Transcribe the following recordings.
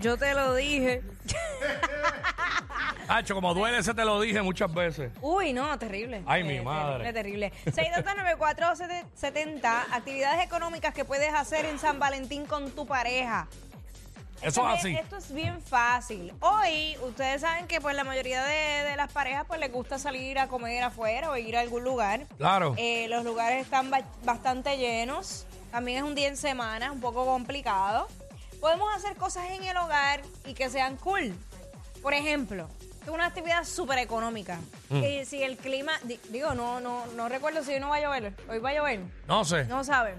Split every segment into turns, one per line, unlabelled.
Yo te lo dije.
Hacho, como duele, ese te lo dije muchas veces.
Uy, no, terrible.
Ay, mi madre.
Terrible, terrible. 6229470, actividades económicas que puedes hacer en San Valentín con tu pareja.
Eso es así.
Bien, Esto es bien fácil. Hoy, ustedes saben que pues la mayoría de, de las parejas pues les gusta salir a comer afuera o ir a algún lugar.
Claro.
Eh, los lugares están ba- bastante llenos. También es un día en semana, un poco complicado. Podemos hacer cosas en el hogar y que sean cool. Por ejemplo, tengo una actividad súper económica. Y si el clima, di- digo, no, no, no recuerdo si hoy no va a llover. Hoy va a llover.
No sé.
No saben.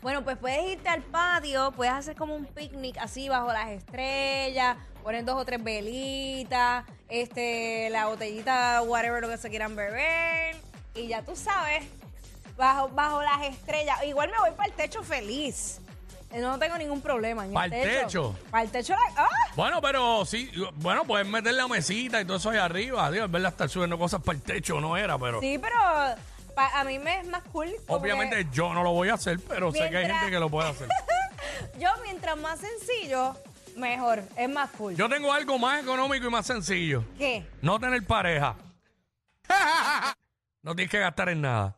Bueno, pues puedes irte al patio, puedes hacer como un picnic así bajo las estrellas, poner dos o tres velitas, este, la botellita, whatever lo que se quieran beber, y ya tú sabes, bajo, bajo las estrellas. Igual me voy para el techo feliz. Eh, No tengo ningún problema. en
¿Pa'l techo?
Para el techo. la- ¡Ah!
Bueno, pero sí, bueno, puedes meter la mesita y todo eso ahí arriba. Dios, es verdad, estar subiendo cosas para el techo no era, pero
Sí, pero pa- a mí me es más cool. como que-
obviamente yo no lo voy a hacer, pero sé que hay
Mientras-
gente que lo puede hacer.
Yo, mientras más sencillo, mejor. Es más cool.
Yo tengo algo más económico y más sencillo.
¿Qué?
No tener pareja. No tienes que gastar en nada.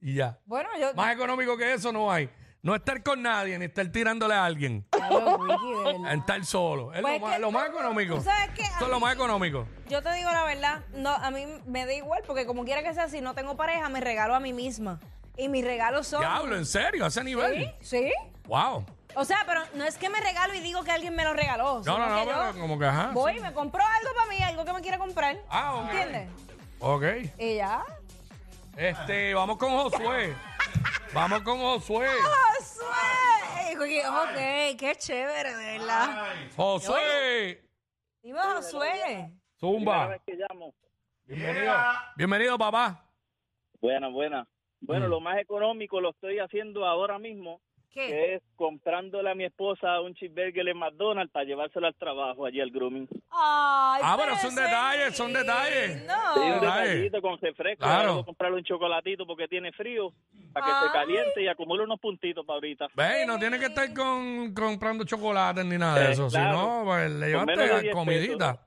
Y ya.
Bueno, yo.
Más económico que eso no hay. No estar con nadie, ni estar tirándole a alguien.
Diablo, Wiki, de verdad.
Estar solo. Es
Pues
lo, más,
que-
lo más económico.
¿Tú sabes qué?
Eso es lo más económico.
Yo te digo la verdad, no, a mí me da igual, porque como quiera que sea, si no tengo pareja, me regalo a mí misma. Y mis regalos son.
Diablo, en serio, a ese nivel.
¿Sí? ¿Sí?
Wow.
O sea, pero no es que me regalo y digo que alguien me lo regaló. sino
no, no,
que yo
pero como que, ajá,
Voy, y me compro algo para mí, algo que me quiera comprar.
Ah, ok.
¿Entiendes?
Ok.
Y ya.
Este, vamos con Josué. vamos con Josué.
¡Josué! Ok, qué chévere, de verdad.
Josué.
Dime, Josué.
Primera
Zumba.
vez que llamo.
Bienvenido. Bienvenido, papá.
Buena, buena.
Mm.
Bueno, lo más económico lo estoy haciendo ahora mismo,
¿Qué?
que es comprándole a mi esposa un cheeseburger en McDonald's para llevárselo al trabajo allí al grooming.
Ay,
Ah,
pero
bueno, son
eso es
detalles, son detalles.
lindo.
Sí, un
detalle.
detallito con refresco,
Ah. Claro.
ahora voy a comprarle un chocolatito porque tiene frío, para que
Ay.
se caliente y acumule unos puntitos para ahorita.
Ve, no tiene que estar con, comprando chocolates ni nada de
Eh,
eso.
claro.
Si no, pues, le
Con menos de
llevaste
10
comidita.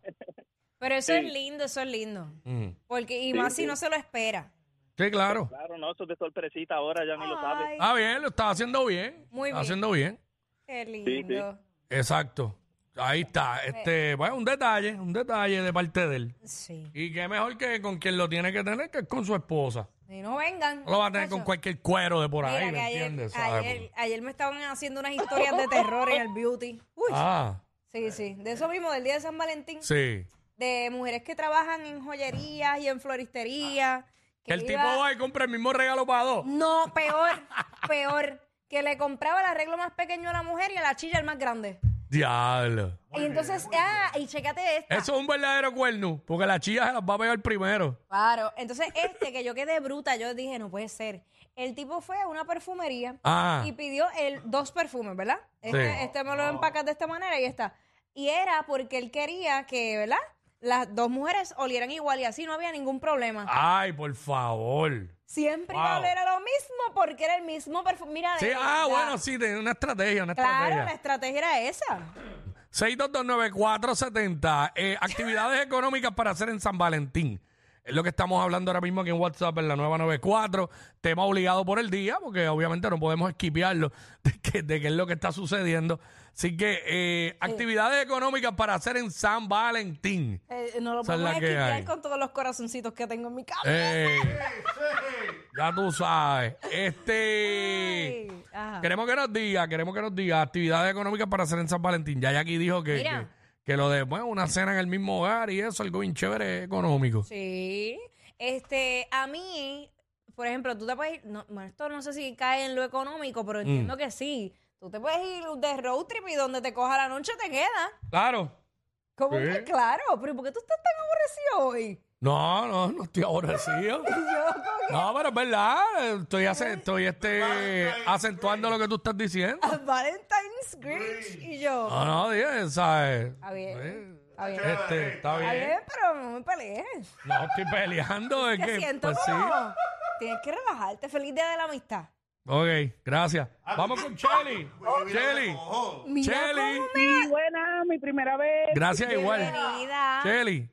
Pero eso
Sí.
es lindo, eso es lindo.
Mm.
Porque, y más si no se lo espera.
Sí, claro.
Claro, no, eso es de sorpresita ahora, ya ni lo
Ay,
sabes.
Ah, bien, lo está haciendo bien.
Muy
Está
bien.
haciendo bien.
qué lindo.
Exacto. Ahí está.
Eh.
Este, bueno, un detalle, un detalle de parte de él.
Sí.
Y qué mejor que con quien lo tiene que tener que es con su esposa.
Y no vengan.
No lo va a tener con
muchachos.
cualquier cuero de por
Mira
ahí,
que
¿me
ayer,
entiendes? ¿Sabes?
ayer, ayer me estaban haciendo unas historias de terror en el beauty. Uy.
Ah,
Sí, sí. De eso mismo, del día de San Valentín.
sí.
De mujeres que trabajan en joyerías y en floristería.
Que Ah. el
iba-
tipo va y compra el mismo regalo para dos.
No, peor, peor. Que le compraba el arreglo más pequeño a la mujer y a la chilla el más grande.
Diablo.
y entonces, ah, y chécate esta.
Eso es un verdadero cuerno, porque la chilla se las va a pegar primero.
Claro, entonces este que yo quedé bruta, yo dije, no puede ser. El tipo fue a una perfumería
Ah.
y pidió el, dos perfumes, ¿verdad? Este,
Sí.
este me lo empacas de esta manera y está. Y era porque él quería que, ¿verdad? Las dos mujeres olieran igual y así no había ningún problema.
Ay, por favor.
Siempre iba a
Ah. wow.
oler a lo mismo porque era el mismo perfume. Mira, de
Sí, ah,
verdad.
bueno, sí, tiene una estrategia, una
Claro, la
estrategia.
estrategia era esa.
6229470, eh, actividades económicas para hacer en San Valentín. Es lo que estamos hablando ahora mismo aquí en WhatsApp en la nueva 94. Tema obligado por el día, porque obviamente no podemos esquipearlo de qué de qué es lo que está sucediendo. Así que eh, actividades económicas para hacer en San Valentín.
Eh, no lo
Esa es
podemos
la que hay.
esquipear con todos los corazoncitos que tengo en mi cama.
Eh, ya tú sabes. Este.
Ay, ajá.
Queremos que nos diga, queremos que nos diga actividades económicas para hacer en San Valentín. Ya aquí dijo que,
Mira.
que, que lo de bueno, una cena en el mismo hogar y eso, algo bien chévere económico.
Sí. Este, a mí, por ejemplo, tú te puedes ir. No, bueno, esto no sé si cae en lo económico, pero entiendo
Mm.
que sí. Tú te puedes ir de road trip y donde te coja la noche te queda.
Claro.
Como
Sí.
que claro, pero ¿por qué tú estás tan aborrecido hoy?
No, no, no estoy aborrecido. No, pero es verdad. Estoy, ace- estoy este, acentuando lo que tú estás diciendo.
A Valentine's Grinch y yo.
No, no, dije, ¿sabes?
Está bien.
Eh,
Está bien.
Este,
Está
está bien.
bien, pero no me pelees.
No estoy peleando. Es
Te
que,
siento
pues sí.
como. Tienes que relajarte. Feliz día de la amistad.
Ok, gracias. Vamos con Cheli. Cheli.
Mira
Cheli.
Sí, buena, mi primera vez.
Gracias igual.
Bienvenida.
Cheli.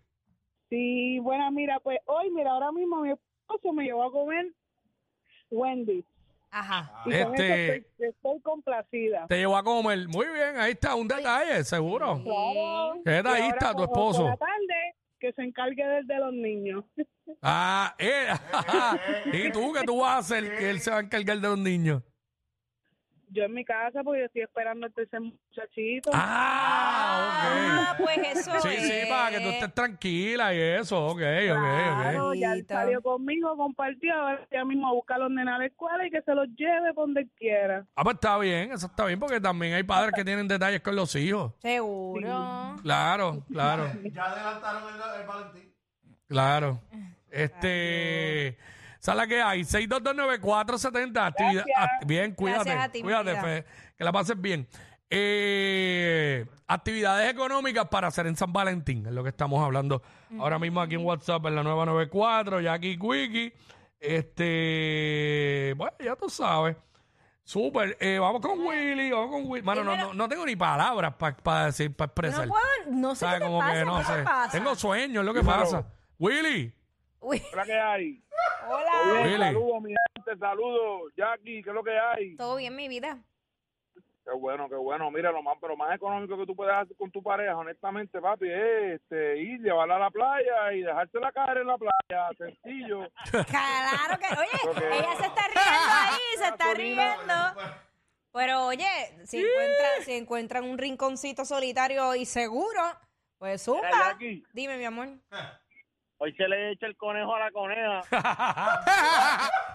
Sí, buena, mira, pues hoy, mira, ahora mismo mi esposo me llevó a comer Wendy.
Ajá.
Y con
Este-
eso estoy, estoy complacida.
Te llevó a comer. Muy bien, ahí está, un detalle, seguro.
Claro.
Qué
Y
detallista
ahora
tu
como
esposo.
por la tarde, que se encargue del de los niños.
Ah, eh, ¿Y tú qué tú vas a hacer? Que él se va a encargar de los niños.
Yo en mi casa, porque yo estoy esperando el tercer muchachito.
Ah,
Ah, pues eso
ok. Sí,
es.
sí, para que tú estés tranquila y eso. Ok, ok, ok.
pues. Claro, ya él
Amiguito.
salió conmigo, compartió, ahora ya mismo a buscar a los nenes a la escuela y que se los lleve por donde quiera.
Ah, pues está bien, eso está bien, porque también hay padres que tienen detalles con los hijos.
Seguro.
Claro, claro,
Ya adelantaron el, el eh, Valentín.
claro.
Ah,
Este. Esa es la que hay. 6229470. Actividad. act- bien, cuídate.
Gracias a ti, mi
cuídate,
vida.
Fe, que la pases bien. Eh, actividades económicas para hacer en San Valentín, es lo que estamos hablando ahora mismo aquí en WhatsApp, en la nueva 94, Jackie Quickie. Este. Bueno, ya tú sabes. Súper. Eh, vamos con Willy, vamos con Willy. Mano, no, no, no tengo ni palabras para decir, para
Yo
expresar.
No puedo, no sé
¿Sabe?
qué te
Ah, Como
pasa,
que no
¿qué te
sé.
pasa?
Tengo sueño, es lo que
Dímelo.
pasa. Willy,
Uy,
¿Qué es la que hay?
hola.
Willy.
Saludos, mi gente, saludos. Jackie, ¿qué es lo que hay?
Todo bien, mi vida.
Qué bueno, qué bueno. Mira, lo más, pero más económico que tú puedes hacer con tu pareja, honestamente, papi, es este, ir, llevarla a la playa y dejársela caer en la playa. Sencillo.
Claro que. Oye,
Ok.
ella se está riendo ahí, se está riendo.
Bueno,
Pero oye, si encuentra, si encuentran un rinconcito solitario y seguro, pues
Mira,
zumba.
Jackie.
Dime, mi amor.
Hoy se le echa el conejo a la coneja.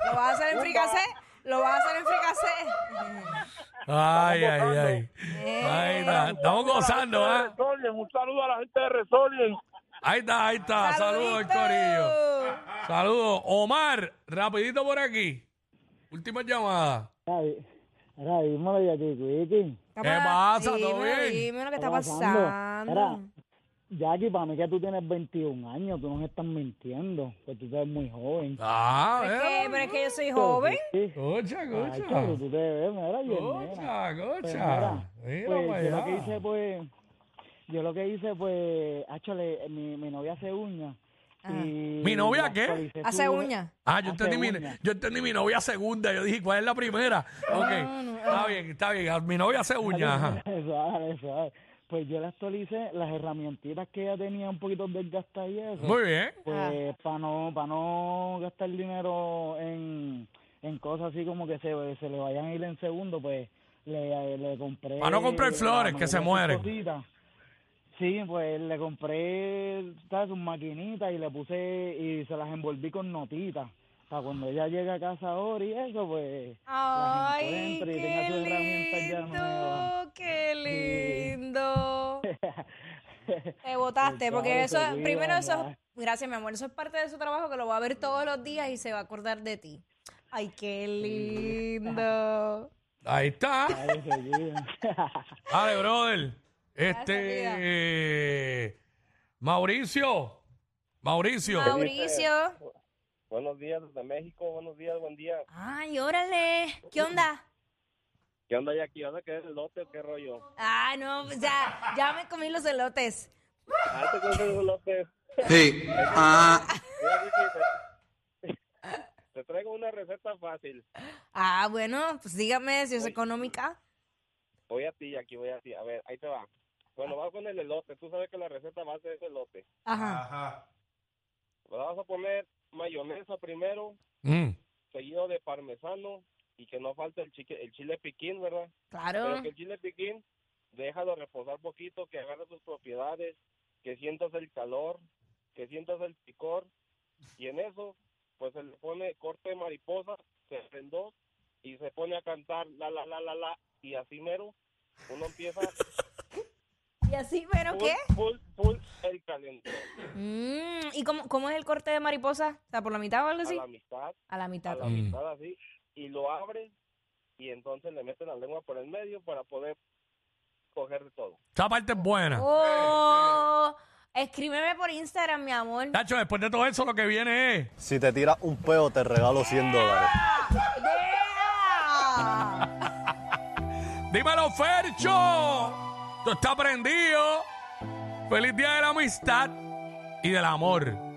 ¿Lo vas a hacer en fricasé? ¿Lo vas a hacer en fricasé? Eh,
Ay, ay,
gozando.
ay. Ahí está. Estamos gozando, ¿ah?
Un saludo a la gente de Resolien.
Ahí está, ahí está. Saludos, el corillo. Saludos. Omar, rapidito por aquí. Última llamada.
Ahora dímelo ya, Chiquitín.
¿Qué
pasa? ¿Todo
Dímelo,
bien?
Dime lo que está
Está pasando.
pasando.
Jackie, para mí que tú tienes 21 años, tú nos estás mintiendo, que tú eres muy joven.
Ah,
¿Pero es
eh.
que- pero es que yo soy joven.
Sí.
Cocha,
Ay, claro,
cocha.
tú te ves, mira, y es nena.
Cocha,
Pues,
cocha.
mira,
Mira
pues, yo
para
lo que
allá.
hice, pues, yo lo que hice, pues, háchale, mi, mi novia hace uña.
Ajá.
y
¿Mi novia
la
qué?
actualicé
Hace
su-
uña.
Ah, yo
Hace
entendí, mi,
uña.
yo entendí mi novia segunda. Yo dije, ¿cuál es la primera? Ok. Está bien, está bien. Mi novia se uña. Ajá.
Suave, suave. Pues yo le actualicé las herramientitas que ella tenía un poquito desgastadas y eso.
Muy bien.
pues para no para no gastar dinero en, en cosas así como que se, se le vayan a ir en segundo pues le, le compré
Pa' no comprar
la
flores, que se
mayoría de
mueren.
sus cositas. sí pues le compré ¿sabes? sus maquinitas y le puse y se las envolví con notitas para cuando ella llegue a casa ahora y eso pues las
Ay,
encuentre y tenga sus herramientas
qué
ya nuevas.
lindo, qué lindo. Te votaste,
Pues
porque
claro,
eso,
te digo,
primero eso,
¿verdad?
gracias mi amor, eso es parte de su trabajo que lo va a ver todos los días y se va a acordar de ti. Ay, qué lindo.
Ahí está.
Ay, seguido.
Dale, brother.
vida.
Este. Mauricio. Mauricio.
Mauricio.
Buenos días desde México, buenos días, buen día.
Ay, órale. ¿Qué onda?
¿Qué onda ya aquí? ¿Onda que es elote o qué rollo?
Ah, no, ya, ya me comí los elotes.
Ah, ¿te conoces el elote?
Sí. Ah.
Mira, Vicky, te- Te traigo una receta fácil.
Ah, bueno, pues dígame si es económica.
Voy a ti, aquí voy a ti. A ver, ahí te va. Bueno, vas con el elote. Tú sabes que la receta base es elote. Ah,
Ajá.
Ajá.
Le vas a poner mayonesa primero,
Mm.
seguido de parmesano y que no falte el, chique- el chile piquín, ¿verdad?
Claro.
Pero que el chile piquín, déjalo reposar poquito, que agarre sus propiedades, que sientas el calor, que sientas el picor. Y en eso, pues se le pone corte de mariposa, se prendó y se pone a cantar la la la la la. Y así mero, uno empieza
¿Y así, pero
full,
qué?
full, full el calentón.
Mm, ¿Y cómo, cómo es el corte de mariposa? O sea, por la mitad o algo
A
así.
la mitad,
A la
a
mitad.
la
Mm.
mitad así. Y lo abre y entonces le meten la lengua por el medio para poder coger de todo.
Esta parte es buena.
Oh, escríbeme por Instagram, mi amor.
Tacho, después de todo eso, lo que viene es.
Si te tiras un peo, te regalo 100 dólares.
Yeah.
Dímelo, Fercho. Tú estás prendido. Feliz día de la amistad y del amor.